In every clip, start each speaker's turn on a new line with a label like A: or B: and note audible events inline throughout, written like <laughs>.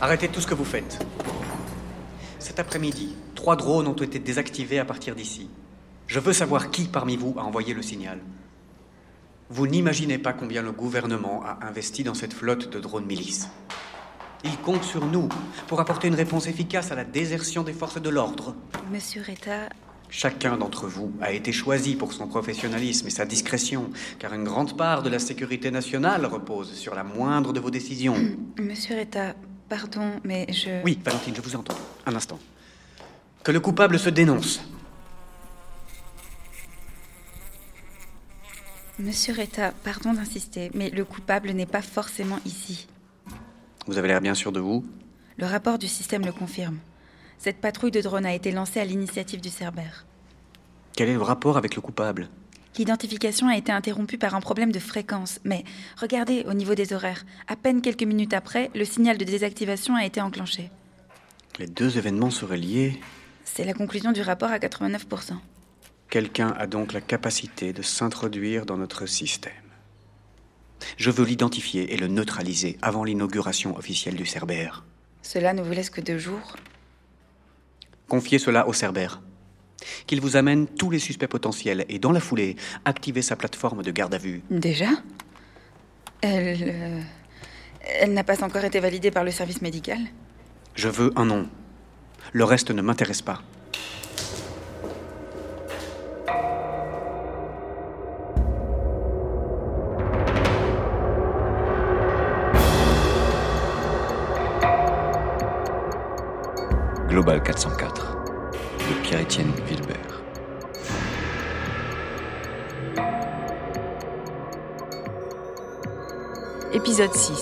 A: Arrêtez tout ce que vous faites. Cet après-midi, trois drones ont été désactivés à partir d'ici. Je veux savoir qui parmi vous a envoyé le signal. Vous n'imaginez pas combien le gouvernement a investi dans cette flotte de drones milices. Il compte sur nous pour apporter une réponse efficace à la désertion des forces de l'ordre.
B: Monsieur Retta,
A: Chacun d'entre vous a été choisi pour son professionnalisme et sa discrétion, car une grande part de la sécurité nationale repose sur la moindre de vos décisions.
B: Monsieur Retta, pardon, mais je.
A: Oui, Valentine, je vous entends. Un instant. Que le coupable se dénonce.
B: Monsieur Retta, pardon d'insister, mais le coupable n'est pas forcément ici.
A: Vous avez l'air bien sûr de vous.
B: Le rapport du système le confirme. Cette patrouille de drones a été lancée à l'initiative du Cerbère.
A: Quel est le rapport avec le coupable
B: L'identification a été interrompue par un problème de fréquence, mais regardez au niveau des horaires. À peine quelques minutes après, le signal de désactivation a été enclenché.
A: Les deux événements seraient liés.
B: C'est la conclusion du rapport à 89%.
A: Quelqu'un a donc la capacité de s'introduire dans notre système. Je veux l'identifier et le neutraliser avant l'inauguration officielle du Cerbère.
B: Cela ne vous laisse que deux jours.
A: Confiez cela au Cerbère. Qu'il vous amène tous les suspects potentiels et, dans la foulée, activez sa plateforme de garde à vue.
B: Déjà Elle. euh, Elle n'a pas encore été validée par le service médical
A: Je veux un nom. Le reste ne m'intéresse pas.
C: Global 404 de Pierre-Étienne Wilbert.
D: Épisode 6.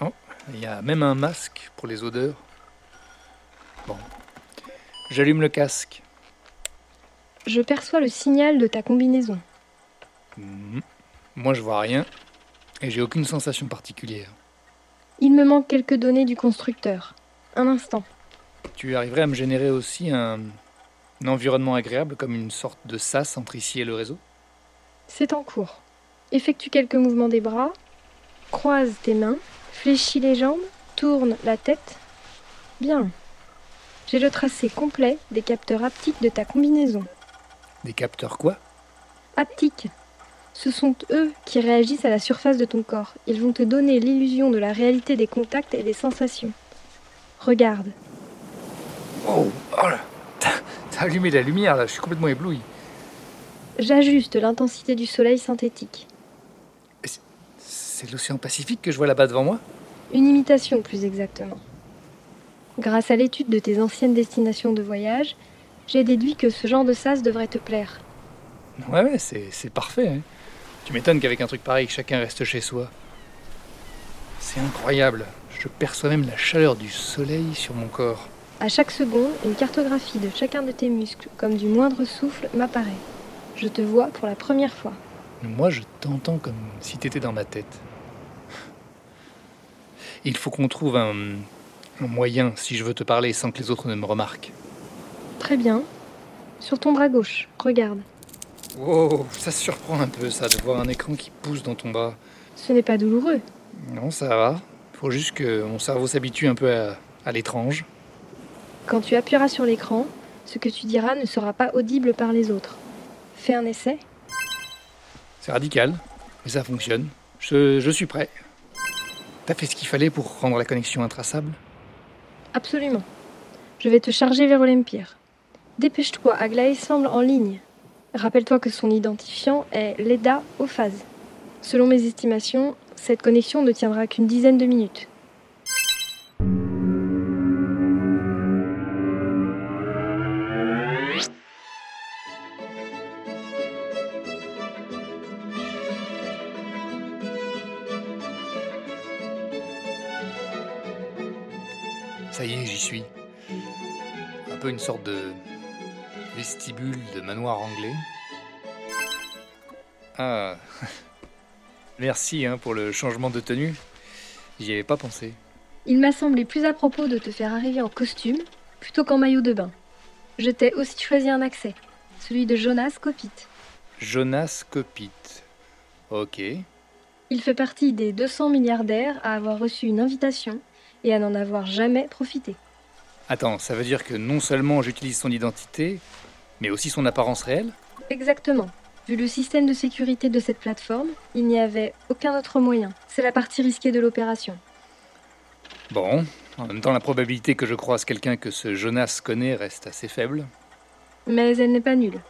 E: Oh, il y a même un masque pour les odeurs. Bon. J'allume le casque.
F: Je perçois le signal de ta combinaison.
E: Mhm. Moi, je vois rien et j'ai aucune sensation particulière.
F: Il me manque quelques données du constructeur. Un instant.
E: Tu arriverais à me générer aussi un, un environnement agréable comme une sorte de sas entre ici et le réseau
F: C'est en cours. Effectue quelques mouvements des bras. Croise tes mains. Fléchis les jambes. Tourne la tête. Bien. J'ai le tracé complet des capteurs haptiques de ta combinaison.
E: Des capteurs quoi
F: Haptiques. Ce sont eux qui réagissent à la surface de ton corps. Ils vont te donner l'illusion de la réalité des contacts et des sensations. Regarde.
E: Oh, oh là T'as- T'as allumé la lumière là, je suis complètement ébloui.
F: J'ajuste l'intensité du soleil synthétique.
E: C'est l'océan Pacifique que je vois là-bas devant moi
F: Une imitation plus exactement. Grâce à l'étude de tes anciennes destinations de voyage, j'ai déduit que ce genre de sas devrait te plaire.
E: Ouais, ouais, c'est c'est parfait. hein. Tu m'étonnes qu'avec un truc pareil, chacun reste chez soi. C'est incroyable. Je perçois même la chaleur du soleil sur mon corps.
F: À chaque seconde, une cartographie de chacun de tes muscles, comme du moindre souffle, m'apparaît. Je te vois pour la première fois.
E: Moi, je t'entends comme si t'étais dans ma tête. Il faut qu'on trouve un, un moyen si je veux te parler sans que les autres ne me remarquent.
F: Très bien. Sur ton bras gauche, regarde.
E: Wow, ça surprend un peu ça de voir un écran qui pousse dans ton bras.
F: Ce n'est pas douloureux.
E: Non, ça va. Faut juste que mon cerveau s'habitue un peu à- à l'étrange.
F: Quand tu appuieras sur l'écran, ce que tu diras ne sera pas audible par les autres. Fais un essai.
E: C'est radical, mais ça fonctionne. Je, je suis prêt. T'as fait ce qu'il fallait pour rendre la connexion intraçable
F: Absolument. Je vais te charger vers Olympire. Dépêche-toi, Aglaé semble en ligne. Rappelle-toi que son identifiant est Leda Ophase. Selon mes estimations, cette connexion ne tiendra qu'une dizaine de minutes.
E: Ça y est, j'y suis. Un peu une sorte de vestibule de manoir anglais. Ah. <laughs> Merci hein, pour le changement de tenue. J'y avais pas pensé.
F: Il m'a semblé plus à propos de te faire arriver en costume plutôt qu'en maillot de bain. Je t'ai aussi choisi un accès, celui de Jonas Copit.
E: Jonas Copit. Ok.
F: Il fait partie des 200 milliardaires à avoir reçu une invitation et à n'en avoir jamais profité.
E: Attends, ça veut dire que non seulement j'utilise son identité, mais aussi son apparence réelle
F: Exactement. Vu le système de sécurité de cette plateforme, il n'y avait aucun autre moyen. C'est la partie risquée de l'opération.
E: Bon, en même temps, la probabilité que je croise quelqu'un que ce Jonas connaît reste assez faible.
F: Mais elle n'est pas nulle.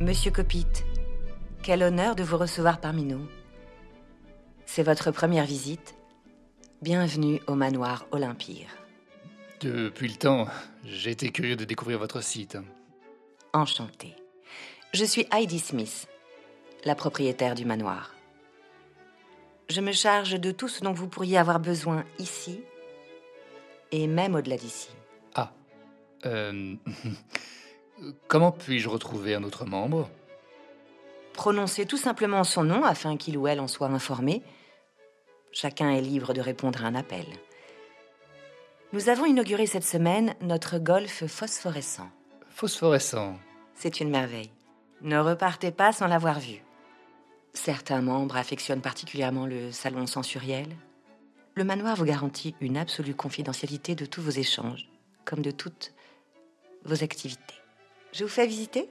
D: Monsieur Copit, quel honneur de vous recevoir parmi nous. C'est votre première visite. Bienvenue au manoir Olympire.
E: Depuis le temps, j'ai été curieux de découvrir votre site.
D: Enchantée. Je suis Heidi Smith, la propriétaire du manoir. Je me charge de tout ce dont vous pourriez avoir besoin ici et même au-delà d'ici.
E: Ah. Euh, <laughs> comment puis-je retrouver un autre membre
D: Prononcez tout simplement son nom afin qu'il ou elle en soit informé. Chacun est libre de répondre à un appel. Nous avons inauguré cette semaine notre golf phosphorescent.
E: Phosphorescent.
D: C'est une merveille. Ne repartez pas sans l'avoir vu. Certains membres affectionnent particulièrement le salon censuriel. Le manoir vous garantit une absolue confidentialité de tous vos échanges, comme de toutes vos activités. Je vous fais visiter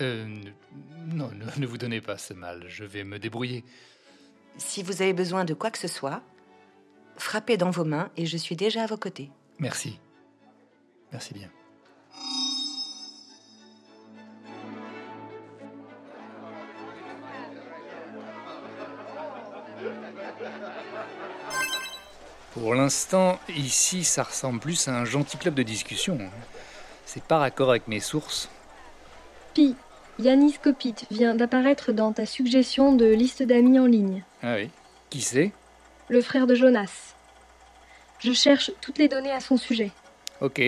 E: Euh, ne- non, ne, ne vous donnez pas ce mal, je vais me débrouiller.
D: Si vous avez besoin de quoi que ce soit, frappez dans vos mains et je suis déjà à vos côtés.
E: Merci. Merci bien. Pour l'instant, ici, ça ressemble plus à un gentil club de discussion. hein. C'est pas raccord avec mes sources.
F: Pi, Yanis Copit vient d'apparaître dans ta suggestion de liste d'amis en ligne.
E: Ah oui. Qui c'est
F: Le frère de Jonas. Je cherche toutes les données à son sujet.
E: Ok.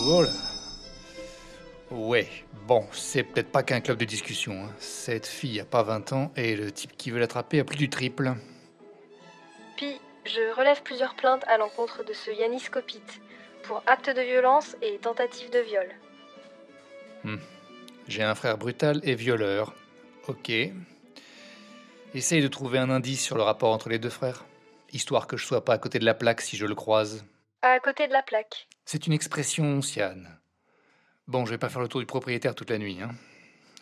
E: Oh là. Ouais, bon, c'est peut-être pas qu'un club de discussion. hein. Cette fille a pas 20 ans et le type qui veut l'attraper a plus du triple.
F: Pi, je relève plusieurs plaintes à l'encontre de ce Yanis Copit pour actes de violence et tentative de viol.
E: J'ai un frère brutal et violeur. Ok. Essaye de trouver un indice sur le rapport entre les deux frères, histoire que je sois pas à côté de la plaque si je le croise.
F: À côté de la plaque.
E: C'est une expression, Sian. Bon, je vais pas faire le tour du propriétaire toute la nuit. Hein.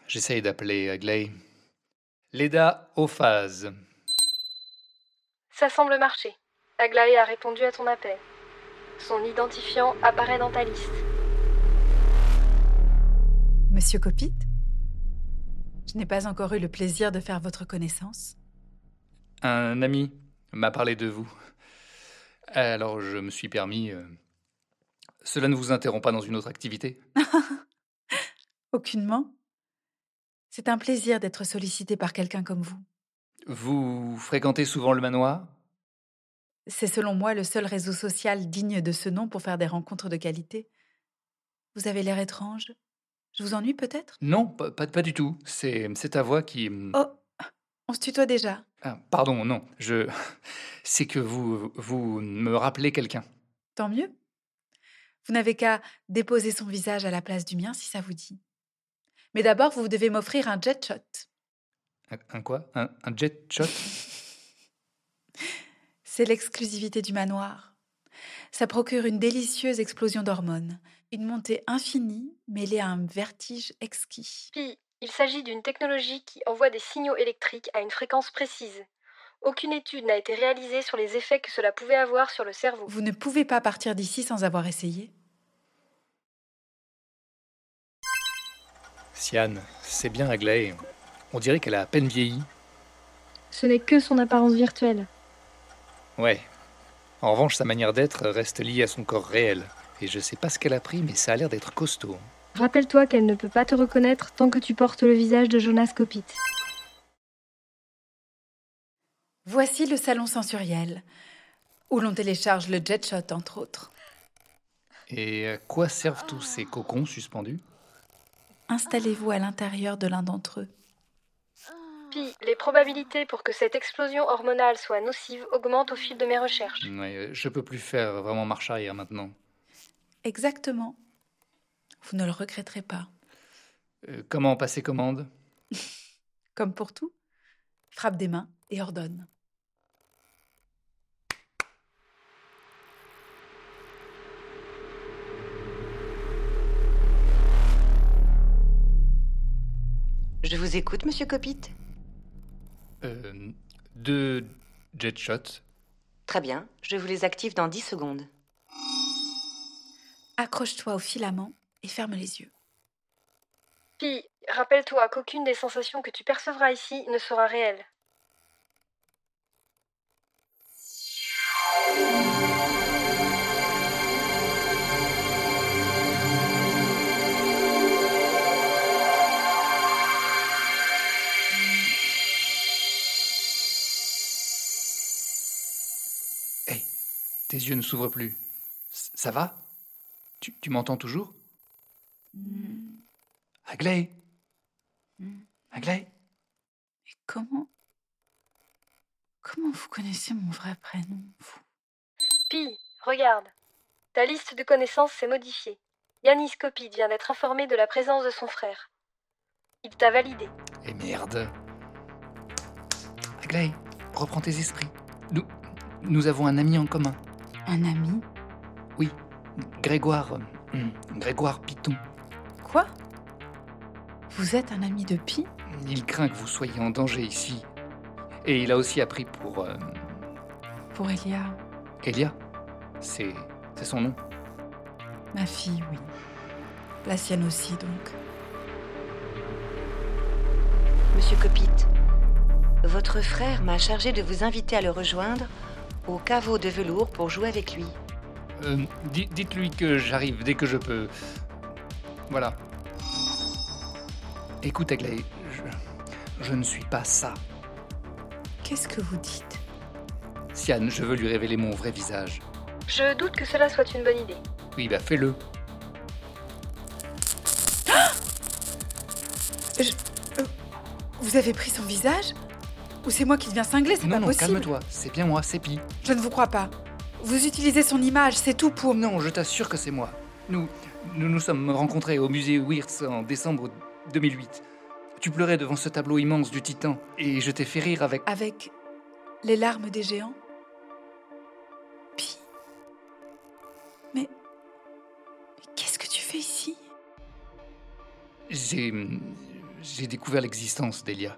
E: J'essaye d'appeler Agley. Leda Ophase.
F: Ça semble marcher. Aglaé a répondu à ton appel. Son identifiant apparaît dans ta liste.
G: Monsieur Copit Je n'ai pas encore eu le plaisir de faire votre connaissance.
E: Un ami m'a parlé de vous. Alors je me suis permis. euh, Cela ne vous interrompt pas dans une autre activité
G: Aucunement. C'est un plaisir d'être sollicité par quelqu'un comme vous.
E: Vous fréquentez souvent le manoir
G: C'est selon moi le seul réseau social digne de ce nom pour faire des rencontres de qualité. Vous avez l'air étrange. Je vous ennuie peut-être
E: Non, pas, pas- pas du tout. C'est c'est ta voix qui. mm,
G: Oh On se tutoie déjà.
E: Ah, pardon, non. Je. <laughs> C'est que vous vous me rappelez quelqu'un.
G: Tant mieux. Vous n'avez qu'à déposer son visage à la place du mien si ça vous dit. Mais d'abord, vous devez m'offrir un jet shot.
E: Un, un quoi un, un jet shot
G: C'est l'exclusivité du manoir. Ça procure une délicieuse explosion d'hormones, une montée infinie mêlée à un vertige exquis.
F: Pi, il s'agit d'une technologie qui envoie des signaux électriques à une fréquence précise. Aucune étude n'a été réalisée sur les effets que cela pouvait avoir sur le cerveau.
G: Vous ne pouvez pas partir d'ici sans avoir essayé.
E: Sian, c'est bien Aglaé. On dirait qu'elle a à peine vieilli.
F: Ce n'est que son apparence virtuelle.
E: Ouais. En revanche, sa manière d'être reste liée à son corps réel. Et je sais pas ce qu'elle a pris, mais ça a l'air d'être costaud.
F: Rappelle-toi qu'elle ne peut pas te reconnaître tant que tu portes le visage de Jonas Copit.
G: Voici le salon sensoriel, où l'on télécharge le jet shot, entre autres.
E: Et à quoi servent tous ces cocons suspendus
G: Installez-vous à l'intérieur de l'un d'entre eux.
F: Pi, les probabilités pour que cette explosion hormonale soit nocive augmentent au fil de mes recherches.
E: Ouais, euh, Je peux plus faire vraiment marche arrière maintenant.
G: Exactement. Vous ne le regretterez pas.
E: Euh, comment passer commande
G: Comme pour tout, frappe des mains et ordonne.
D: Je vous écoute, monsieur Copit.
E: Euh, Deux jet shots.
D: Très bien, je vous les active dans 10 secondes.
G: Accroche-toi au filament et ferme les yeux.
F: Pi, rappelle-toi qu'aucune des sensations que tu percevras ici ne sera réelle.
E: Tes yeux ne s'ouvrent plus. C- Ça va Tu, tu m'entends toujours Aglaé
G: Mm.
E: Aglaé
G: Mais comment Comment vous connaissez mon vrai prénom, vous
F: Pi, regarde. Ta liste de connaissances s'est modifiée. Yanis Copide vient d'être informé de la présence de son frère. Il t'a validé.
E: Et Eh merde Aglaé, reprends tes esprits. Nous, nous avons un ami en commun.
G: Un ami
E: Grégoire. euh, hmm, Grégoire Piton.
G: Quoi Vous êtes un ami de Pi
E: Il craint que vous soyez en danger ici. Et il a aussi appris pour. euh,
G: Pour Elia,
E: Elia C'est. C'est son nom.
G: ma fille, oui. La sienne aussi, donc.
D: Monsieur Copit, votre frère m'a chargé de vous inviter à le rejoindre au caveau de velours pour jouer avec lui.
E: Euh, di- Dites-lui que j'arrive dès que je peux. Voilà. Écoute, Aglaé, je, je ne suis pas ça.
G: Qu'est-ce que vous dites
E: Sian, je veux lui révéler mon vrai visage.
F: Je doute que cela soit une bonne idée.
E: Oui, bah fais-le.
G: Vous avez pris son visage Ou c'est moi qui deviens cinglé C'est
E: Non,
G: pas
E: non,
G: possible.
E: calme-toi. C'est bien moi, c'est Pi.
G: Je ne vous crois pas. Vous utilisez son image, c'est tout
E: Oh
G: pour.
E: non, je t'assure que c'est moi. Nous, nous nous sommes rencontrés au musée Wirtz en décembre 2008. Tu pleurais devant ce tableau immense du Titan et je t'ai fait rire avec.
G: Avec les larmes des géants Pi Mais. Mais qu'est-ce que tu fais ici
E: J'ai. J'ai découvert l'existence d'Elia.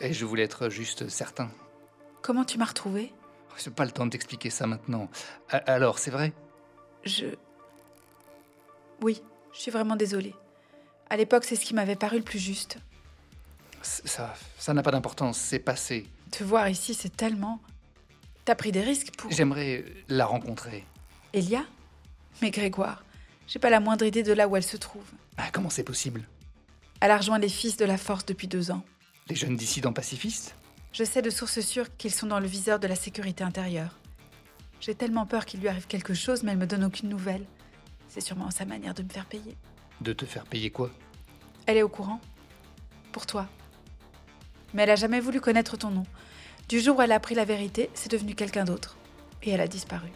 E: Et je voulais être juste certain.
G: Comment tu m'as retrouvé
E: C'est pas le temps de t'expliquer ça maintenant. A- Alors, c'est vrai
G: Je. Oui, je suis vraiment désolée. À l'époque, c'est ce qui m'avait paru le plus juste.
E: C- Ça ça n'a pas d'importance, c'est passé.
G: Te voir ici, c'est tellement. T'as pris des risques pour.
E: J'aimerais la rencontrer.
G: Elia Mais Grégoire, j'ai pas la moindre idée de là où elle se trouve.
E: Ah, comment c'est possible
G: Elle a rejoint les fils de la Force depuis deux ans.
E: Les jeunes dissidents pacifistes
G: Je sais de sources sûres qu'ils sont dans le viseur de la sécurité intérieure. J'ai tellement peur qu'il lui arrive quelque chose, mais elle me donne aucune nouvelle. C'est sûrement sa manière de me faire payer.
E: De te faire payer quoi
G: Elle est au courant. Pour toi. Mais elle a jamais voulu connaître ton nom. Du jour où elle a appris la vérité, c'est devenu quelqu'un d'autre. Et elle a disparu.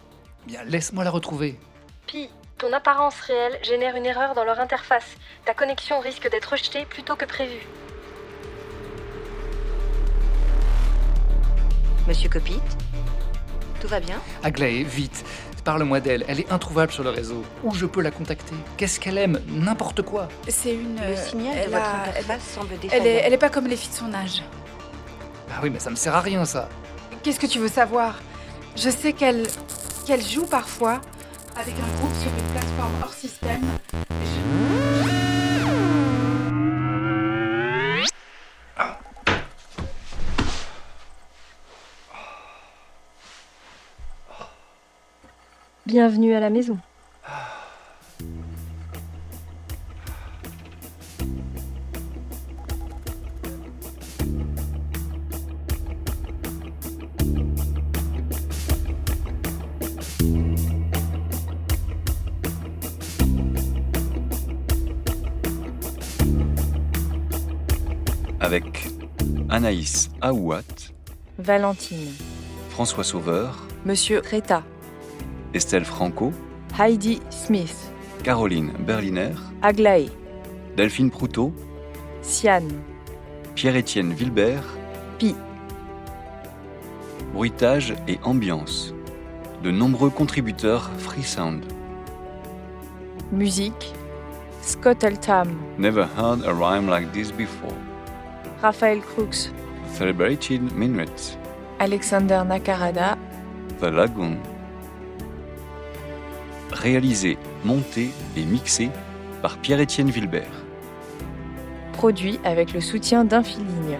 E: Bien, laisse-moi la retrouver.
F: Pi, ton apparence réelle génère une erreur dans leur interface. Ta connexion risque d'être rejetée plus tôt que prévu.
D: Monsieur Copit, tout va bien
E: Aglaé, vite, parle-moi d'elle. Elle est introuvable sur le réseau. Où je peux la contacter Qu'est-ce qu'elle aime N'importe quoi.
G: C'est une.
D: Le
G: euh,
D: signal de
G: elle
D: votre
G: a- elle,
D: interface semble
G: elle est,
D: défaillant.
G: elle est pas comme les filles de son âge.
E: Ah oui, mais ça me sert à rien, ça.
G: Qu'est-ce que tu veux savoir Je sais qu'elle qu'elle joue parfois avec un groupe sur une plateforme hors système. Je-
F: Bienvenue à la maison.
C: avec Anaïs Aouat,
H: Valentine,
C: François Sauveur,
H: Monsieur Reta,
C: Estelle Franco,
H: Heidi Smith,
C: Caroline Berliner,
H: Aglaé,
C: Delphine Proutot,
H: Siane,
C: Pierre-Étienne Wilbert,
H: Pi.
C: Bruitage et ambiance. De nombreux contributeurs Free Sound.
H: Musique, Scott Eltham,
C: Never heard a rhyme like this before.
H: Raphaël Crooks,
C: Celebrated Minuet,
H: Alexander Nakarada,
C: The Lagoon. Réalisé, monté et mixé par Pierre-Étienne Wilbert.
H: produit avec le soutien d'Infiligne.